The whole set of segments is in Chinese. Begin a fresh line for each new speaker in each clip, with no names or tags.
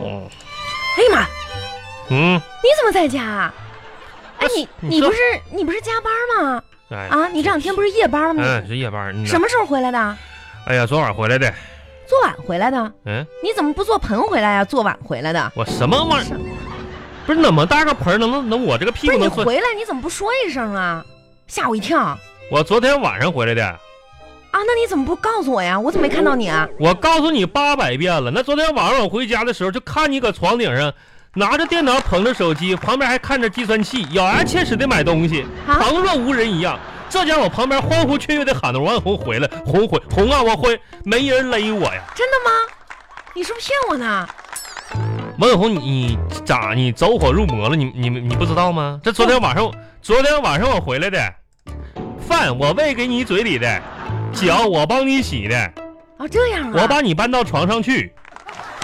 嗯
哎呀妈，
嗯，
你怎么在家啊？哎，你
你
你
说
不是你不是加班吗？
哎
啊，你这两天不是夜班吗？
嗯是夜班儿，嗯呐
什？么时候回来的？
哎呀，昨晚回来的，
做晚回来的？
嗯，
你怎么不做盆回来呀、做晚回来的？
我什么玩意儿？不是怎么大个盆儿能能能我这个屁
不是
股
你
能算？
回来你怎么不说一声啊？吓我一跳啊！
我昨天晚上回来的，
那你怎么不告诉我呀？我怎么没看到你啊？
我告诉你八百遍了。那昨天晚上我回家的时候，就看你搁床顶上拿着电脑捧着手机，旁边还看着计算器，咬牙切齿的买东西，
啊
旁若无人一样。这家伙旁边欢呼雀跃的喊着王红回来，红回红啊，我回，没人勒我呀。
真的吗？你是不是骗我呢？
王永红，你你咋你走火入魔了？你你你不知道吗？这昨天晚上，昨天晚上我回来的，饭我喂给你嘴里的，脚我帮你洗的，
哦，这样啊！
我把你搬到床上去，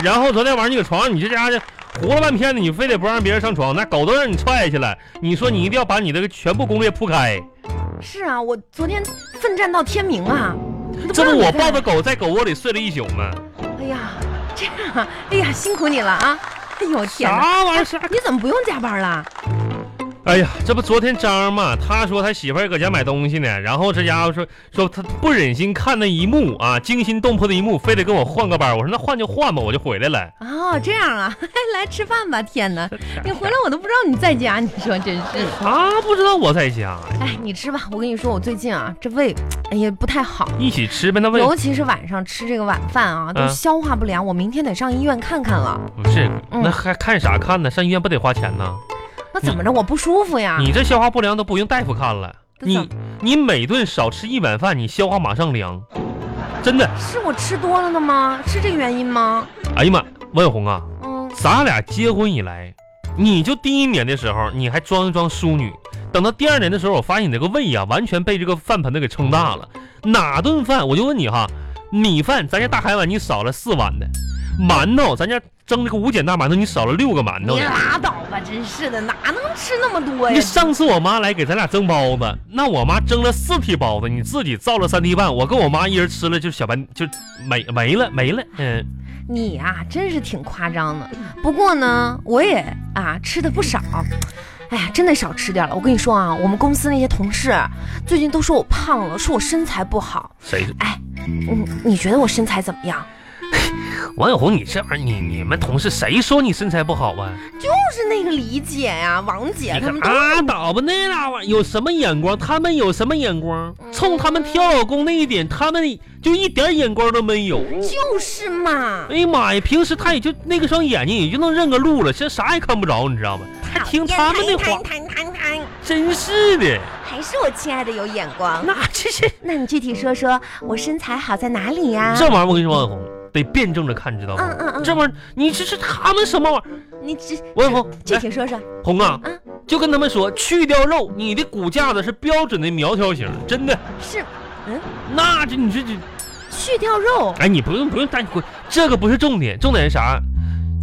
然后昨天晚上你搁床上，你这家伙胡了半天的，你非得不让别人上床，那狗都让你踹下去了。你说你一定要把你这个全部攻略铺开，
是啊，我昨天奋战到天明啊！都
这
让
不
你
我
在
抱着狗在狗窝里睡了一宿吗？
哎呀，这样啊！哎呀，辛苦你了啊！哎呦天哪！
啥玩意儿？啥
你怎么不用加班了？
哎呀，这不昨天张嘛，他说他媳妇儿搁家买东西呢，然后这家伙说说他不忍心看那一幕啊，惊心动魄的一幕，非得跟我换个班儿。我说那换就换吧，我就回来了。
哦，这样啊， 来吃饭吧！天哪，你回来我都不知道你在家，你说真是。
啊？不知道我在家呀，
哎，你吃吧，我跟你说，我最近啊，这胃，哎呀不太好，
一起吃呗。那为
尤其是晚上吃这个晚饭啊，都
嗯
消化不良，我明天得上医院看看了。
不是
嗯
那还看啥看呢？上医院不得花钱呢？
那怎么着，我不舒服呀？
嗯你这消化不良都不用大夫看了，
这
你
怎
你每顿少吃一碗饭，你消化马上凉，真的。
是我吃多了的吗？是这个原因吗？
哎呀妈，万红啊，
嗯，
咱俩结婚以来，你就第一年的时候，你还装一装淑女。等到第二年的时候，我发现你这个胃呀、完全被这个饭盆子给撑大了。哪顿饭，我就问你哈，米饭咱家大海碗你少了四碗的，馒头咱家蒸这个五碱大馒头你少了六个馒头
你
的。
拉倒吧，真是的，哪能吃那么多
你
呀？
上次我妈来给咱俩蒸包子，那我妈蒸了四屉包子，你自己造了三屉半，我跟我妈一人吃了就小半就没没了没了。嗯，
你呀、真是挺夸张的。不过呢，我也啊吃的不少。哎呀，真得少吃点了。我跟你说啊，我们公司那些同事最近都说我胖了，说我身材不好。
谁是
嗯，你觉得我身材怎么样？
王小红？你这玩意儿，你你们同事谁说你身材不好啊？
就是那个李姐呀、王姐
你
他们
看
都
拉倒吧，那俩玩意儿有什么眼光？他们有什么眼光？
嗯
冲他们挑老公那一点，他们就一点眼光都没有。
就是嘛。
哎呀妈呀！平时他也就那个双眼睛也就能认个路了，现在啥也看不着，你知道吗？还哎听他们的话，
哎谈谈谈，
真是的。
还是我亲爱的有眼光。
那这这
那你具体说说我身材好在哪里呀、
这玩意儿，我跟你说，王小红得辩证着看，知道吗？
嗯嗯嗯
这玩意儿，你这是他们什么玩意儿？
你只
王小红，
具
来，
体说说。
红啊
哎嗯，
就跟他们说，去掉肉，你的骨架子是标准的苗条型，真的。
是
那这你这这。
去掉肉，
哎，你不用不用担心，这个不是重点，重点是啥？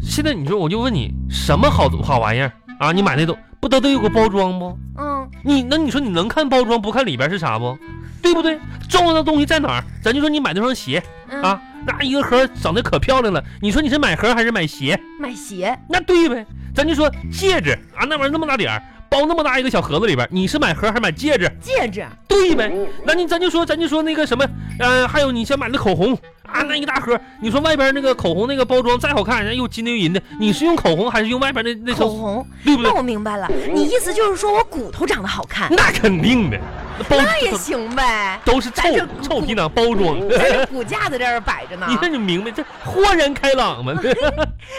现在你说，我就问你，什么好好玩意儿啊？你买那都不都得有个包装不？
嗯，
你那你说你能看包装不看里边是啥不？对不对？重要的东西在哪儿？咱就说你买那双鞋
嗯
啊，那一个盒长得可漂亮了，你说你是买盒还是买鞋？
买鞋，
那对呗。咱就说戒指啊，那玩意儿那么大点儿，包那么大一个小盒子里边，你是买盒还是买戒指？
戒指，
对呗？那你咱就说，咱就说那个什么，呃，还有你先买的口红啊，那一大盒，你说外边那个口红那个包装再好看，人家又金的又银的，你是用口红还是用外边那那
口
层，
红。
对不对
那？我明白了，你意思就是说我骨头长得好 看，
那肯定的，那包
那也行 呗。
都是臭
咱这
臭皮囊包装。
咱这骨架在这儿摆着呢
你。看你明白这豁然开朗吗？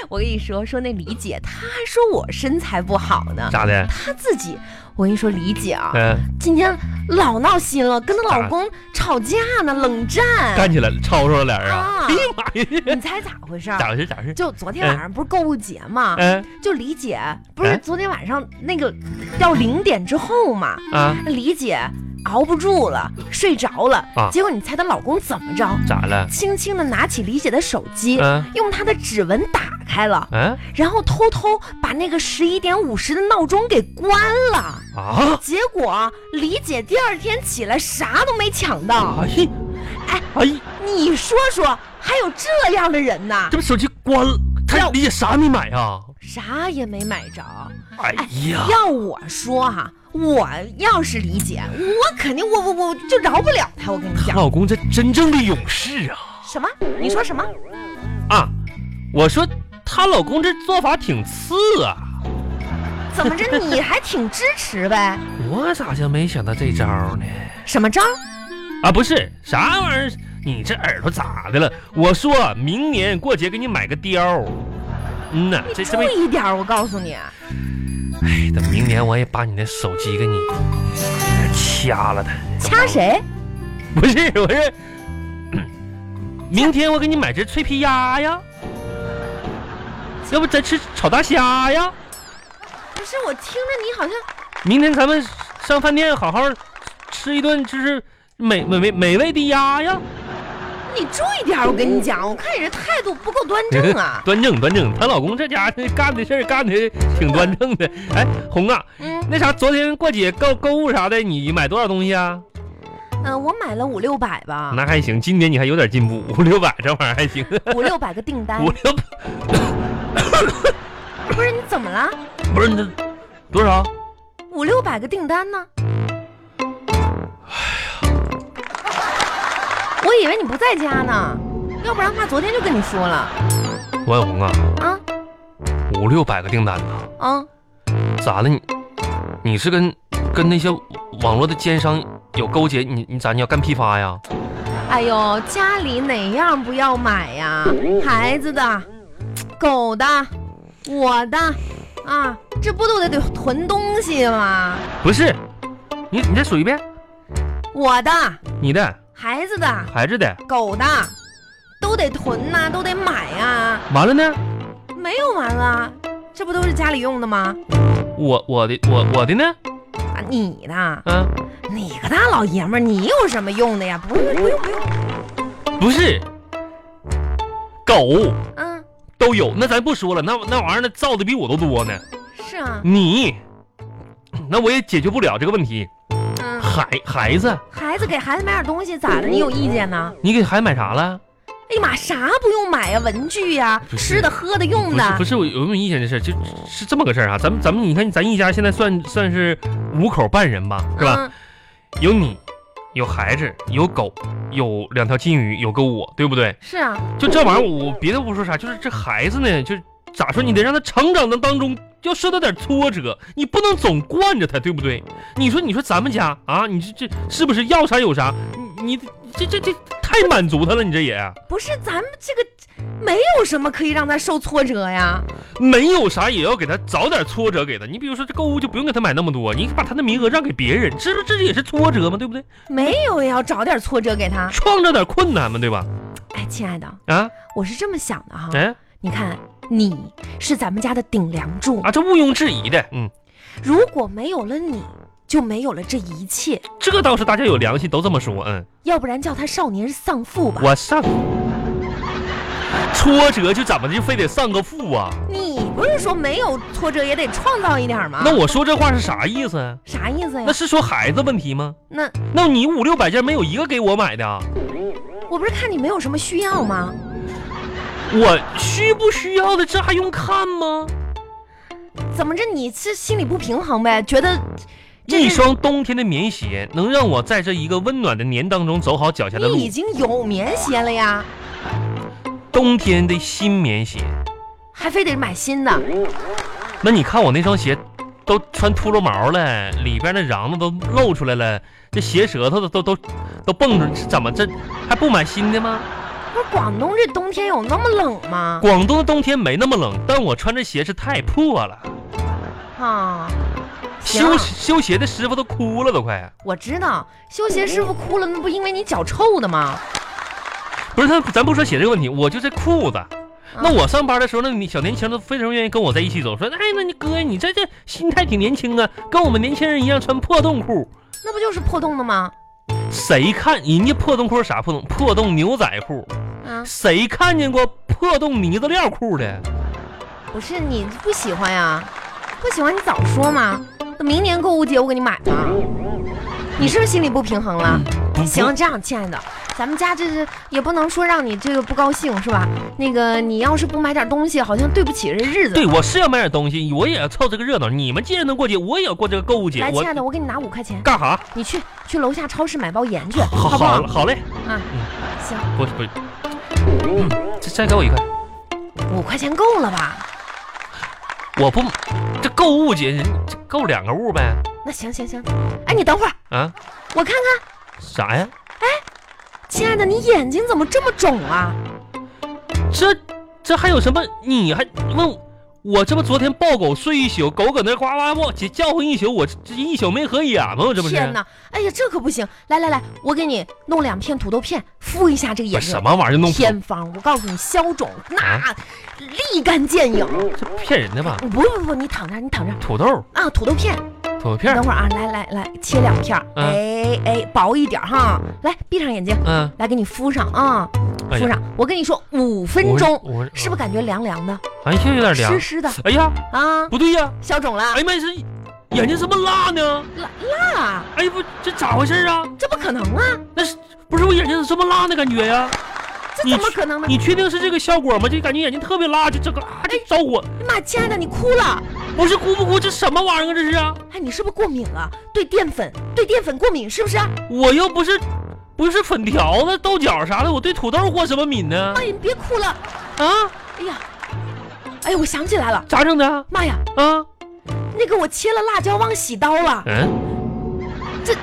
我跟你说，说那李姐，她还说我身材不好 呢。
咋的？
她自己，我跟你说，李姐啊，
嗯、
今天老闹心了，跟她
咋
老公吵架呢，冷战。
干起来了，吵吵了俩人啊！
啊
哎呀妈呀，
你猜咋回事儿？
咋回事？咋回事？
就昨天晚上不是购物节嘛，
嗯、
就李姐不是
哎
昨天晚上那个要零点之后嘛，
啊，
李姐熬不住了，睡着了。
啊
结果你猜她老公怎么着？
咋了？
轻轻的拿起李姐的手机，
嗯、
用她的指纹打开了，
嗯
然后偷偷把那个十一点五十的闹钟给关了。
啊！
结果李姐第二天起来啥都没抢到。
哎呀，
哎，
哎呀，
你说说，还有这样的人呐？
这不手机关了他也啥没买啊？
啥也没买着。
哎呀，
要我说哈、我要是理解，我肯定我我我就饶不了他。我跟你
她
讲，
老公这真正的勇士啊！
什么？你说什么？
啊，我说她老公这做法挺次啊，
怎么着？你还挺支持呗？
我咋就没想到这招呢？
什么招？
啊，不是啥玩意儿，你这耳朵咋的了？我说明年过节给你买个貂儿。嗯呐，这这
注
不，
意点儿，我告诉你。
哎，等明年我也把你的手机给你掐了它。
掐谁？
不是，我是，明天我给你买只脆皮鸭呀，要不咱吃炒大虾呀？
不是，我听着你好像
明天咱们上饭店好好吃一顿，就是美美美美味的鸭呀！。
你注意点儿，我跟你讲，我看你这态度不够端正啊
端正端正，她老公这家伙干的事儿干的挺端正的。哎，红啊，
嗯
那啥，昨天过节购购物啥的，你买多少东西啊？
嗯、呃我买了五六百吧，
那还行，今年你还有点进步， 五六百这玩意儿还行，
五六百个订 单
五。六百
不是你怎么了？
不是那多少？
五六百个订单呢？
哎
我以为你不在家呢，要不然的话昨天就跟你说了
王小红啊，
啊
五六百个订单呢，
啊！
咋的你？你是跟跟那些网络的奸商有勾结？你你咋你要干批发呀？
哎呦，家里哪样不要买呀？孩子的、狗的、我的啊，这不都得得囤东西吗？
不是，你你再数一遍，
我的、
你的
孩子的、
孩子的，
狗的，都得囤呐、都得买啊，
完了呢，
没有完了，这不都是家里用的吗？
我我的我我的呢，
啊，你呢？
啊，
你个大老爷们儿，你有什么用的呀？不用不用不用，
不是，狗
嗯，
都有，那咱不说了，那那玩意儿那造的比我都多呢，
是啊，
你，那我也解决不了这个问题，
嗯，
孩孩子，
孩子给孩子买点东西咋的？你有意见呢？
你给孩子买啥了？
哎呀妈，啥不用买呀、文具呀、
不是
吃的、喝的、用
不是
的
不，是，我有没有意见这事儿，就是这么个事儿啊，咱们咱们你看咱一家现在算算是五口半人吧，是吧？
嗯？
有你，有孩子，有狗，有两条金鱼，有个我，对不对？
是啊，
就这玩意儿，我别的不说啥，就是这孩子呢，就是咋说，你得让他成长的当中要受到点挫折，你不能总惯着他，对不对？你说，你说咱们家啊，你这这是不是要啥有啥？你你这这这太满足他了，你这也
不是咱们这个没有什么可以让他受挫折呀。
没有啥，也要给他找点挫折给他。你比如说这购物就不用给他买那么多，你把他的名额让给别人，这这这也是挫折嘛，对不对？
没有也要找点挫折给他。
创造点困难嘛，对吧？
哎，亲爱的，
啊，
我是这么想的哈，
哎
你看你是咱们家的顶梁柱，
啊，这毋庸置疑的，嗯，
如果没有了你，就没有了这一切，
这倒是大家有良心都这么说，嗯。
要不然叫他少年丧父吧。
我上，挫折就怎么的就非得上个负啊？
你不是说没有挫折也得创造一点吗？
那我说这话是啥意思啊？
啥意思呀
那？是说孩子问题吗？
那
那你五六百件没有一个给我买的啊，
我不是看你没有什么需要吗？
我需不需要的这还用看吗？
怎么着你是心里不平衡呗？觉得这
一双冬天的棉鞋能让我在这一个温暖的年当中走好脚下的
你
路
已，经有棉鞋了呀，
冬天的新棉鞋。
还非得买新的？
那你看我那双鞋，都穿秃噜毛了，里边那瓤子都露出来了，这鞋舌头都都都都蹦出，怎么这还不买新的吗？
不是广东这冬天有那么冷吗？
广东的冬天没那么冷，但我穿这鞋是太破了，
啊，行
修修鞋的师傅都哭了，都快。
我知道，修鞋师傅哭了，那不因为你脚臭的吗？
不是他，咱不说鞋这个问题，我就这裤子。
嗯
那我上班的时候，那你小年轻都非常愿意跟我在一起走，说，哎，那你哥，你这这心态挺年轻啊，跟我们年轻人一样穿破洞裤。
那不就是破洞的吗？
谁看人家破洞裤是啥破洞？破洞牛仔裤，
啊，
谁看见过破洞呢子料裤的？
不是你不喜欢呀？不喜欢你早说嘛！那明年购物节我给你买嘛。你是不是心里不平衡了？
不
行，，这样，亲爱的，咱们家这是也不能说让你这个不高兴是吧？那个你要是不买点东西，好像对不起这日子。
对，我是要买点东西，我也要凑这个热闹。你们既然能过节，我也要过这个购物节。
来，
我
亲爱的，我给你拿五块钱，
干啥？
你去去楼下超市买包盐去，
好，
不
好
好？
好嘞，嗯
啊，行，
不是不是，嗯，再再给我一块，
五块钱够了吧？
我不，这购物节人这购两个物呗？
那行行行，哎，你等会儿，
啊，
我看看，
啥呀？
亲爱的，你眼睛怎么这么肿啊？
这这还有什么？你还问我我这不昨天抱狗睡一宿，狗搁那呱呱叫叫唤一宿，我这这一宿没合眼吗？我这不是？
天哪，哎呀，这可不行！来来来，我给你弄两片土豆片敷一下这个眼
不
睛。
是什么玩意儿弄啊不
偏方，我告诉你，消肿那立竿见影。
这骗人的吧？
不不不，你躺这儿，你躺这儿
土豆、
啊！土豆片，
土豆片
等
儿，
会儿啊，来来来，切两片儿，
嗯
哎哎，薄一点儿哈。来，闭上眼睛，
嗯，
来给你敷上啊，
哎呀
敷上。我跟你说，五分
我
钟，
我
是不是感觉凉凉的、
好像有点凉
湿？湿的
哎呀，
啊？
不对呀！
消肿了
哎呀妈呀，这眼睛怎么辣呢？
啊？
哎呀不，这咋回事啊？
这不可能啊！
那是不是我眼睛怎么这么辣的感觉呀？
这
你
怎么
去
可能呢？哎
你确定是这个效果吗？就感觉眼睛特别辣，就这个啊，就着火。
妈，亲爱的，你哭了。
不是哭不哭，这什么玩意儿啊？这是啊！
哎，你是不是过敏了？对淀粉，对淀粉过敏是啊不是？
我又不是不是粉条子、豆角啥的，我对土豆过什么敏呢？
妈呀，你别哭了！
啊，
哎呀，哎呀，我想起来了，
咋整的啊？
妈呀，那个我切了辣椒忘洗刀了，
嗯，哎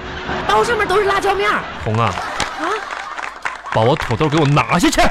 刀上面都是辣椒面儿
红啊，
啊！
把我土豆给我拿下去！